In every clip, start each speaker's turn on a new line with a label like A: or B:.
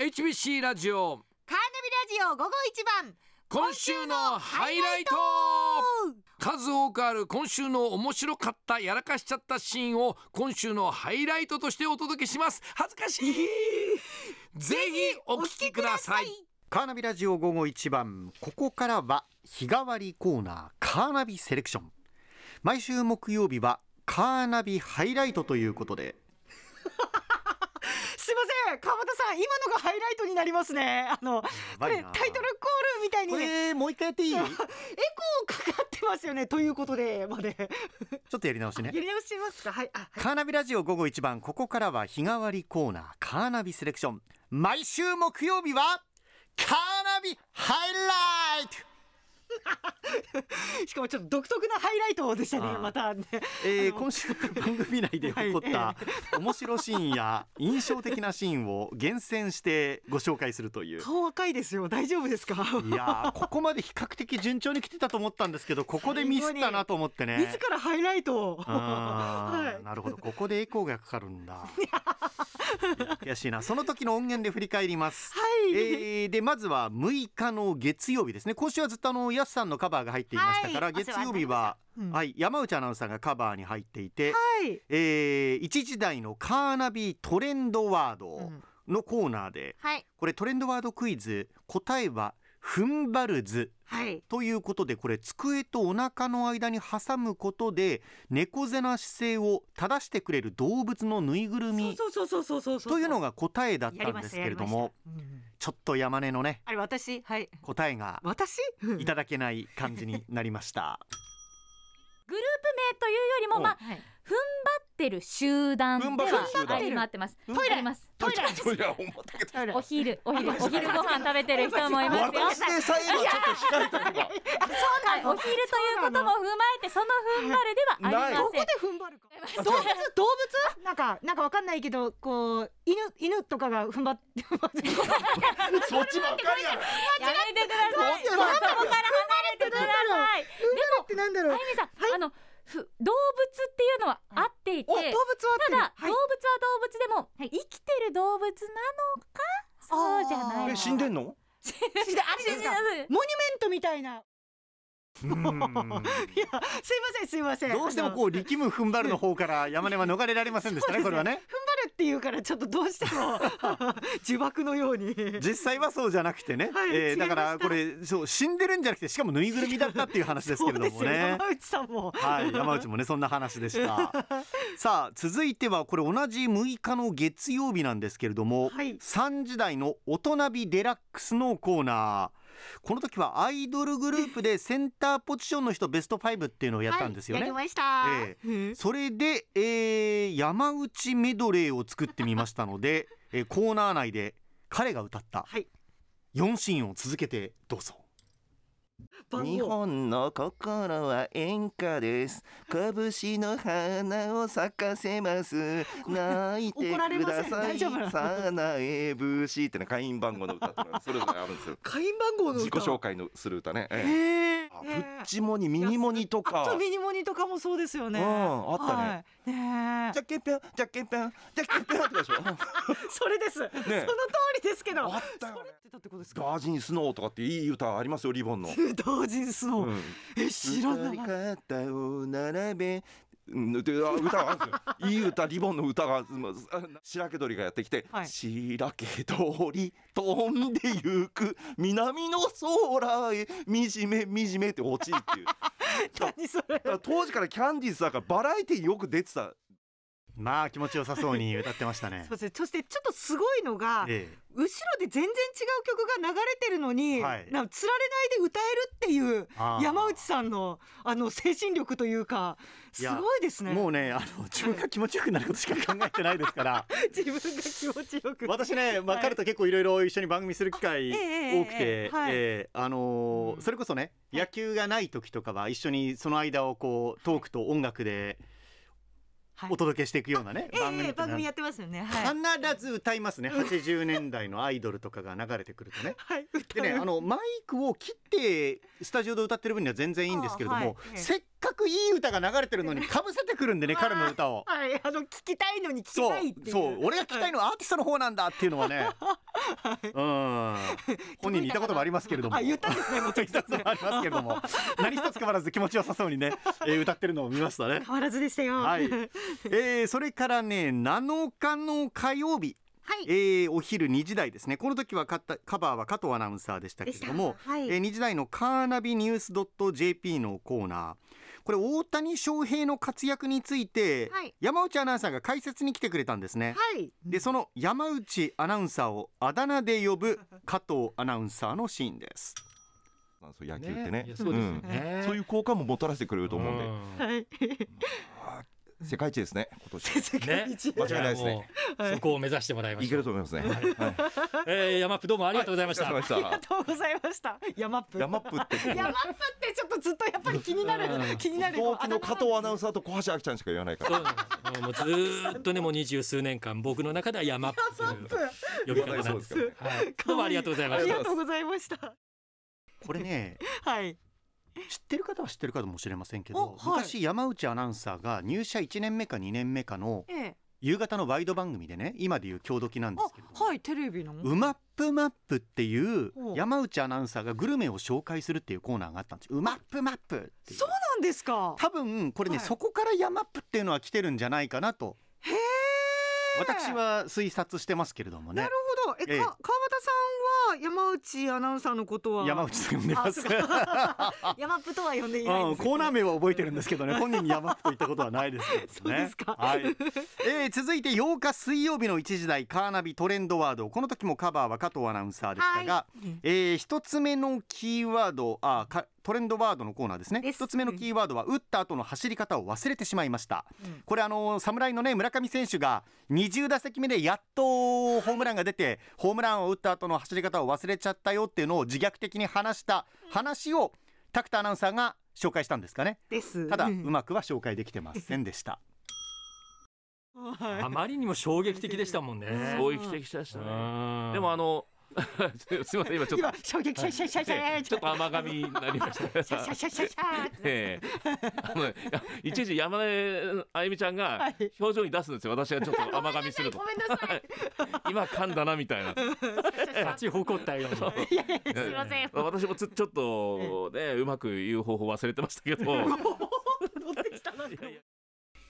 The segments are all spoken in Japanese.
A: HBC ラジオ
B: カーナビラジオ午後一番
A: 今週のハイライト数多くある今週の面白かったやらかしちゃったシーンを今週のハイライトとしてお届けします恥ずかしい ぜひお聞きください
C: カーナビラジオ午後一番ここからは日替わりコーナーカーナビセレクション毎週木曜日はカーナビハイライトということです
B: いません川端さん今のがハイライトになりますねあのこれタイトルコールみたいに
C: こ
B: ね
C: れもう一回やって いいちょ
B: エコーかかってますよねということでまで
C: っとやり直しね
B: やり直しますかはいあはい
C: カーナビラジオ午後一番ここからは日替わりコーナーカーナビセレクション毎週木曜日はカーナビハイライト
B: しかもちょっと独特なハイライトでした
C: あ
B: ね
C: ー
B: またね
C: えー
B: あの
C: 今週番組内で起こっ
B: は
C: た面白シーンや印象的なシーンを厳選してご紹介するという。
B: 顔赤いですよ大丈夫ですか
C: いやーここまで比較的順調に来てたと思ったんですけどここでミスったなと思ってね。
B: 自らハイライトを
C: あ
B: は
C: ー
B: い
C: なるほどここでエコーがかかるん だ。いや悔しいなその時の音源で振り返ります。
B: はい、
C: えーでまずは6日の月曜日ですね今週はずっとあのやすさんのカバーが入っていましたから、
B: はい
C: 月曜日は、
B: うん
C: はい、山内アナウンサーがカバーに入っていて、
B: はい、
C: えー、一時代のカーナビトレンドワードのコーナーで、
B: はい
C: これトレンドワードクイズ答えは「踏ん張る図
B: はい」
C: ということでこれ机とお腹の間に挟むことで猫背な姿勢を正してくれる動物のぬいぐるみ
B: そうそうそうそうそうそう
C: というのが答えだったんですけれ
B: やりました
C: ども、
B: やりましたうん
C: ちょっと山根のね
B: あれ私はい
C: 答えが
B: 私
C: いただけない感じになりま した。
D: グループ名というよりも、まあ、
B: はい
D: 踏ん張ってる集団で
C: 踏ん
D: は
C: 張ってる集団
D: ありまってます。
C: トイレ
D: あります。トイレ。
A: そりゃ思ったけど
D: お昼、お昼、お昼ご飯食べてる人もいますよ。
C: 私でさえ今ちょっと控えたけど
D: はい、お昼ということも踏まえて、その踏ん張るではあり
B: ど
D: ま
B: こで
D: せん。
B: 踏ん張るか。動物動物なんかなんかわかんないけどこう犬犬とかが踏ん張って。
C: そっちばっかりやろ
D: やめてください。
B: ど
D: そこ
B: こで
D: から離れてください。
B: ってなんだろ
D: あゆみさん、あの、ふ動物っていうのは合っていて。
B: お動物は
D: ただ、
B: はい
D: 動物は動物でも、生きてる動物なのか。そうじゃないの。
C: え死ん でんの
B: 死んであれですか。モニュメントみたいな。いやすいませんすいません。
C: どうしても
B: う踏ん張
C: こう力む踏ん張るの方から山根は逃れられませんでしたねこれはね
B: るっていうからちょっとどうしても呪縛のように。
C: 実際はそうじゃなくてね、
B: はい
C: え
B: 違
C: ー
B: いま
C: だ
B: した
C: からこれそう死んでるんじゃなくてしかもぬいぐるみだったっていう話ですけれど
B: そ
C: も
B: うですよ
C: ね
B: 山内さんも。
C: はい山内もねそんな話でした さあ続いてはこれ同じ6日の月曜日なんですけれども、
B: はい
C: 3時台の「大人びデラックス」のコーナーこの時はアイドルグループでセンターポジションの人ベスト5っていうのをやったんですよね、
B: はいやりました。
C: えそれで、えー山内メドレーを作ってみましたので、えーコーナー内で彼が歌った
B: はい
C: 4シーンを続けてどうぞ。
B: 番
E: 日
B: 号。
E: 本の心は演 歌です拳の花を咲か せます泣いて
B: 怒られ
E: く
B: ませ
E: だ
B: ん
E: さ
B: 大
E: い
B: 丈夫なの
E: さなえぶしってね会員番号の歌ってのがそれぞれあるんですよ
B: 会員番号の歌。
E: 自己紹介のする歌ね、ええ
B: へえ
E: あプッチモニミニモニと
B: あ
E: か
B: とミニモニとかもそうですよね。
E: うんあったね
B: たね。はい、ね
E: ジャッケンピョンジャッケンピョンジャッケンピョンってでしょ
B: え それです、その通りですけど。
E: あったよね
B: それってたってことですか。
E: ガージンスノーとかっていい歌ありますよリボンの、
B: 同人スノー、
E: うん
B: え知らない。
E: 歌い方を並べうんであ歌があるんですよいい歌リボンの歌がまあ白毛鳥がやってきて「
B: はい
E: 白毛鳥飛んでゆく南の空へみじめみじめ」って落ちるっていうだか
B: 何それ。
E: ら当時からキャンディーズだからバラエティーよく出てた
C: まあ気持ちよさそうに歌ってましたね
B: そ。してそしてちょっとすごいのが、
C: え
B: 後ろで全然違う曲が流れてるのに、
C: はい
B: なんかつられないで歌えるっていう
C: えあー
B: 山内さんのあの精神力というか
C: い
B: す
C: や
B: ごいですね。
C: もうねあの自分が気持ちよくなることしか考えてないですから
B: 自分が気持ちよく。
C: 私ね、まあ、
B: はい
C: 彼と結構いろいろ一緒に番組する機会
B: あええええ
C: 多く
B: ええ
C: て
B: はい
C: えーあのー
B: うん
C: それこそね野球がない時とかは一緒にその間をこうトークと音楽で
B: はい
C: お届けしていくようなね、
B: ええ
C: 番組
B: ええ
C: ってな
B: 番組やってますよね。はい。
C: 必ず歌いますね80年代のアイドルとかが流れてくるとね。
B: はい。
C: でねあのマイクを切ってスタジオで歌ってる分には全然いいんですけれど
B: あーはい
C: も、
B: ええ
C: セッかくいい歌が流れてるのにかぶせてくるんでね彼の歌を
B: はい、あの聞きたいのに聞き
C: そう
B: たいっていう。
C: そう俺が聞きたいのはアーティストの方なんだっていうのはね うん本人に言ったこともありますけれども
B: あ言っ たんですねもちろん
C: 言ったこともありますけれ ども何一つ変わらず気持ちよさそうにね、えー歌ってるのを見ましたね
B: 変わら ずでしたよ。、
C: はいえーそれからね7日の火曜日、
B: はい
C: えーお昼2時台ですねこの時はカタカバーは加藤アナウンサーでしたけれども、
B: でしたはい
C: えー2時台のカーナビニュース .jp のコーナーこれ大谷翔平の活躍について、
B: はい
C: 山内アナウンサーが解説に来てくれたんですね、
B: はい。
C: でその山内アナウンサーをあだ名で呼ぶ加藤アナウンサーのシーンです
E: まあそう野球ってね
A: いやそうですよね
E: うんそういう効果ももたらしてくれると思うんで、
B: はい。
E: 世界一ですね今年
B: 世界一。
E: 間違いないですね
A: もうそこを目指してもらいま
E: い
A: し
E: け
A: た
E: ると思いますね、はいはい
A: えー、山プどうもありがとうございました、
E: お疲れ様
B: ありが
E: でし
B: とうございました。ヤマップ。
E: た
B: ヤ
E: ヤ
B: マ
E: マップってこ
B: ップっ
E: う
B: てちょっとずっとやっぱり気にな
A: う
B: る
A: ん
B: 気になる。
E: 同期の加藤アナウン
B: サ
E: サーと小橋あきちゃんしか言わないか
A: そ
E: ら
A: うなんですもうずーっとねもう二十数年間僕の中では山プという呼び
E: 言
A: 方
E: わない
A: な
E: そ
A: んで
E: うですすか
A: は
E: らね
A: いどうもありがとうございま
B: あ
A: し
B: り
A: た
B: がとうございました。
C: これね
B: はい。
C: 知ってる方は知ってるかもしれませんけ
B: お
C: ど、
B: はい
C: 昔山内アナウンサーが入社1年目か2年目かの
B: ええ。
C: 夕方のワイド番組でね今でいう強時なんですけど
B: あ、はいテレビの。
C: 「うまっぷマップ」っていう
B: お
C: 山内アナウンサーがグルメを紹介するっていうコーナーがあったんですよ「うまっぷマップ」っていう
B: そうなんですか。
C: 多分これね、
B: はい
C: そこから山っぷっていうのは来てるんじゃないかなと
B: へえ。
C: 私は推察してますけれども
B: な
C: ね
B: るほど。え、か
C: ええ
B: 川端さんは山内アナウンサーのことは
C: 山内と呼んでます
B: あそうか山っぷとは呼んでいないん
C: う
B: で
C: ん、
B: すね。
C: コーナー名は覚えてるんですけどね本人に山っぷと言ったことはないですけどね
B: そうですか
C: はい えー続いて8日水曜日の1時台カーナビトレンドワードこの時もカバーは加藤アナウンサーでしたが、えー一つ目のキーワードあかトレンドワードのコーナーですね
B: です
C: 一つ目のキーワードは打った後の走り方を忘れてしまいました、
B: うん
C: これあのー侍のね村上選手が20打席目でやっとホームランが出てホームランを打った後の走り方を忘れちゃったよっていうのを自虐的に話した話を拓田アナウンサーが紹介したんですかね
B: です。
C: ただ、うんまくは紹介できてませんでした
B: はい
A: あまりにも衝撃的でしたもんね
B: そう
F: 衝撃的でしたね。
A: で
F: でもあの すみません今ちょっと
B: 今衝撃シャシャシャシャ
F: ええちょっと
B: シ
F: 甘噛みになりました。
B: ャシャシャシャシャ
F: ええあのいや一時山根あゆみちゃん
B: は
F: が
B: い
F: 表情に出すんですよ。私がちょっと甘噛みすると
B: ご。めんなさい
F: 今噛んだなみた いな。
A: 立ち誇ったように
B: いやいやすいません
F: 私もちょちょっとねうまく言う方法忘れてましたけど。
B: 乗ってきたな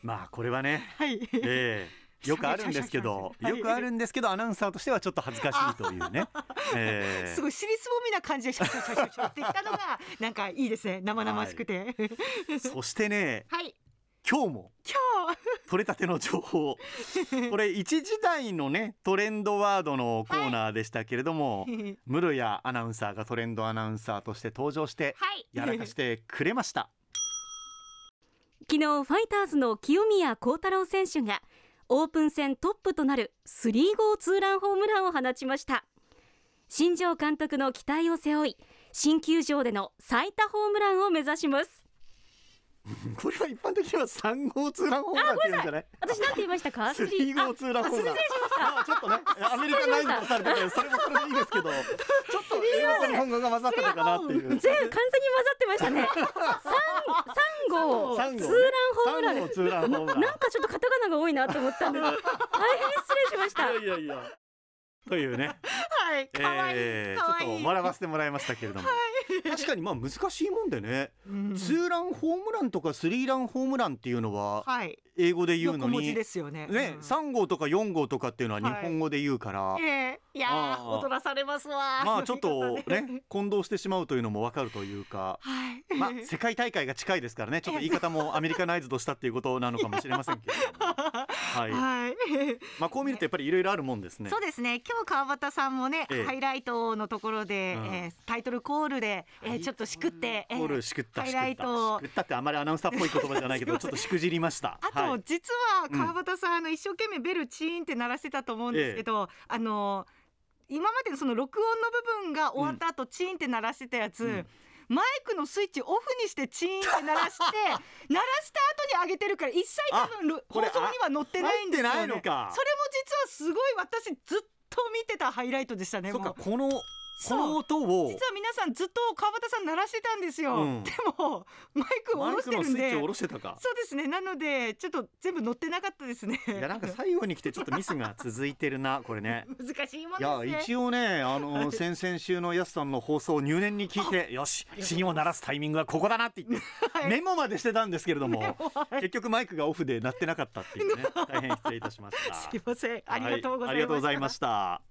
C: まあこれはね
B: はい
C: ええよくあるんですけど、
B: はい
C: よくあるんですけど、アナウンサーとしてはちょっと恥ずかしいという ね。ええ
B: すごい尻すぼみな感じでシャシャシャシャシャって言ったの がなんかいいですね生々しくて
C: そしてね、
B: はい
C: 今日も
B: 今
C: 取れたての情 報。これ一時代のね、トレンドワードのコーナーでしたけれども。
B: 日
C: 室谷アナウンサーがトレンドアナウンサーとして登場して、
B: はい
C: やらかしてくれました。
G: 昨日ファイターズの清宮幸太郎選手がオープン戦トップとなる3号ツーランホームランを放ちました新庄監督の期待を背負い新球場での最多ホームランを目指します
C: これは一般的には三号ツーランホームランって言うんじゃない。
G: 私なんて言いましたか
C: スリー号ツーランホームラン。まあちょっ とね、アメリカナインとされてて、それもそれでいいですけど、ちょっと英語と日本語が混ざってたかな っていう。
G: 全完全に混ざってましたね三三号ツーラ
C: 三
G: ン
C: 号
G: ホームランです
C: ツーランホームラン
G: なんかちょっとカタカナが多いなと思ったんです大変失礼しました
C: いやいやいや。というね、
B: はい可愛い
C: えー
B: 可
C: ちょっ
B: 愛い
C: と笑わせてもらいましたけれども、確かにまあ難しいもんでね、ツーランホームランとかスリーランホームランっていうのは
B: はい
C: 英語で言うの
B: 横文
C: に、
B: 字
C: ね
B: ですよね
C: 3号とか4号とかっていうのは日本語で言うから、
B: ええいやー
C: あー
B: 踊らされますわ
C: まあちょっと ね混同してしまうというのもわかるというか、
B: はい
C: まあ世界大会が近いですからね、ちょっと言い方もアメリカナイズドしたっていうことなのかもしれませんけれ ども、はい、
B: はい
C: まあこう見るとやっぱりいろいろあるもんですね
B: そ。うですね今日川端さんもね、
C: ええ
B: ハイライトのところで、
C: うん
B: えータイトルコールで、えーちょっとしくって、えー
C: コールしくった
B: ハ
C: し
B: イ
C: くった
B: ラ
C: し
B: イトを
C: くったってあまりアナウンサーっぽい言葉じゃないけ
B: すい
C: ど
B: ま
C: ち
B: せん
C: ょっとしくじりました
B: あと、
C: はい
B: 実は川端さん、あの一生懸命ベルチーンって鳴らしてたと思うんですけど、あの今までのその録音の部分が終わった後、チーンって鳴らしてたやつ、
C: うん
B: マイクのスイッチオフにしてチーンって鳴らして鳴らした後に上げてるから一切多分ろ
C: こ
B: 放
C: れ
B: 送には載ってないんですよ、ね、
C: 入ってないのか
B: それも実はすごい私ずっと見てたハイライトでしたね
C: そっ
B: も
C: か
B: う
C: このこの音を
B: 実は皆さんずっと川端さん鳴らしてたんですよ、
C: うん
B: でもマイクを下
E: マイ
B: ろし
E: ク
B: て
E: の
B: る
E: ス
B: ん
E: イッ
B: で
E: チを
B: そ
E: 下
B: う
E: ろしてたか
B: ですねなのでちょっと全部乗ってなかったですね
C: いやなんか最後に来てちょっとミスが続いてるなこれね
B: 難しいも
C: いや
B: んですね
C: 一応ねあの先々週のやすさんの放送を入念に聞いてよし芯を鳴らすタイミングはここだなって言って
B: はい
C: メモまでしてたんですけれども結局マイクが オフで鳴ってなかったっていうね大変失礼いたしました
B: すいませんありがとうございました、
C: はありがとうございました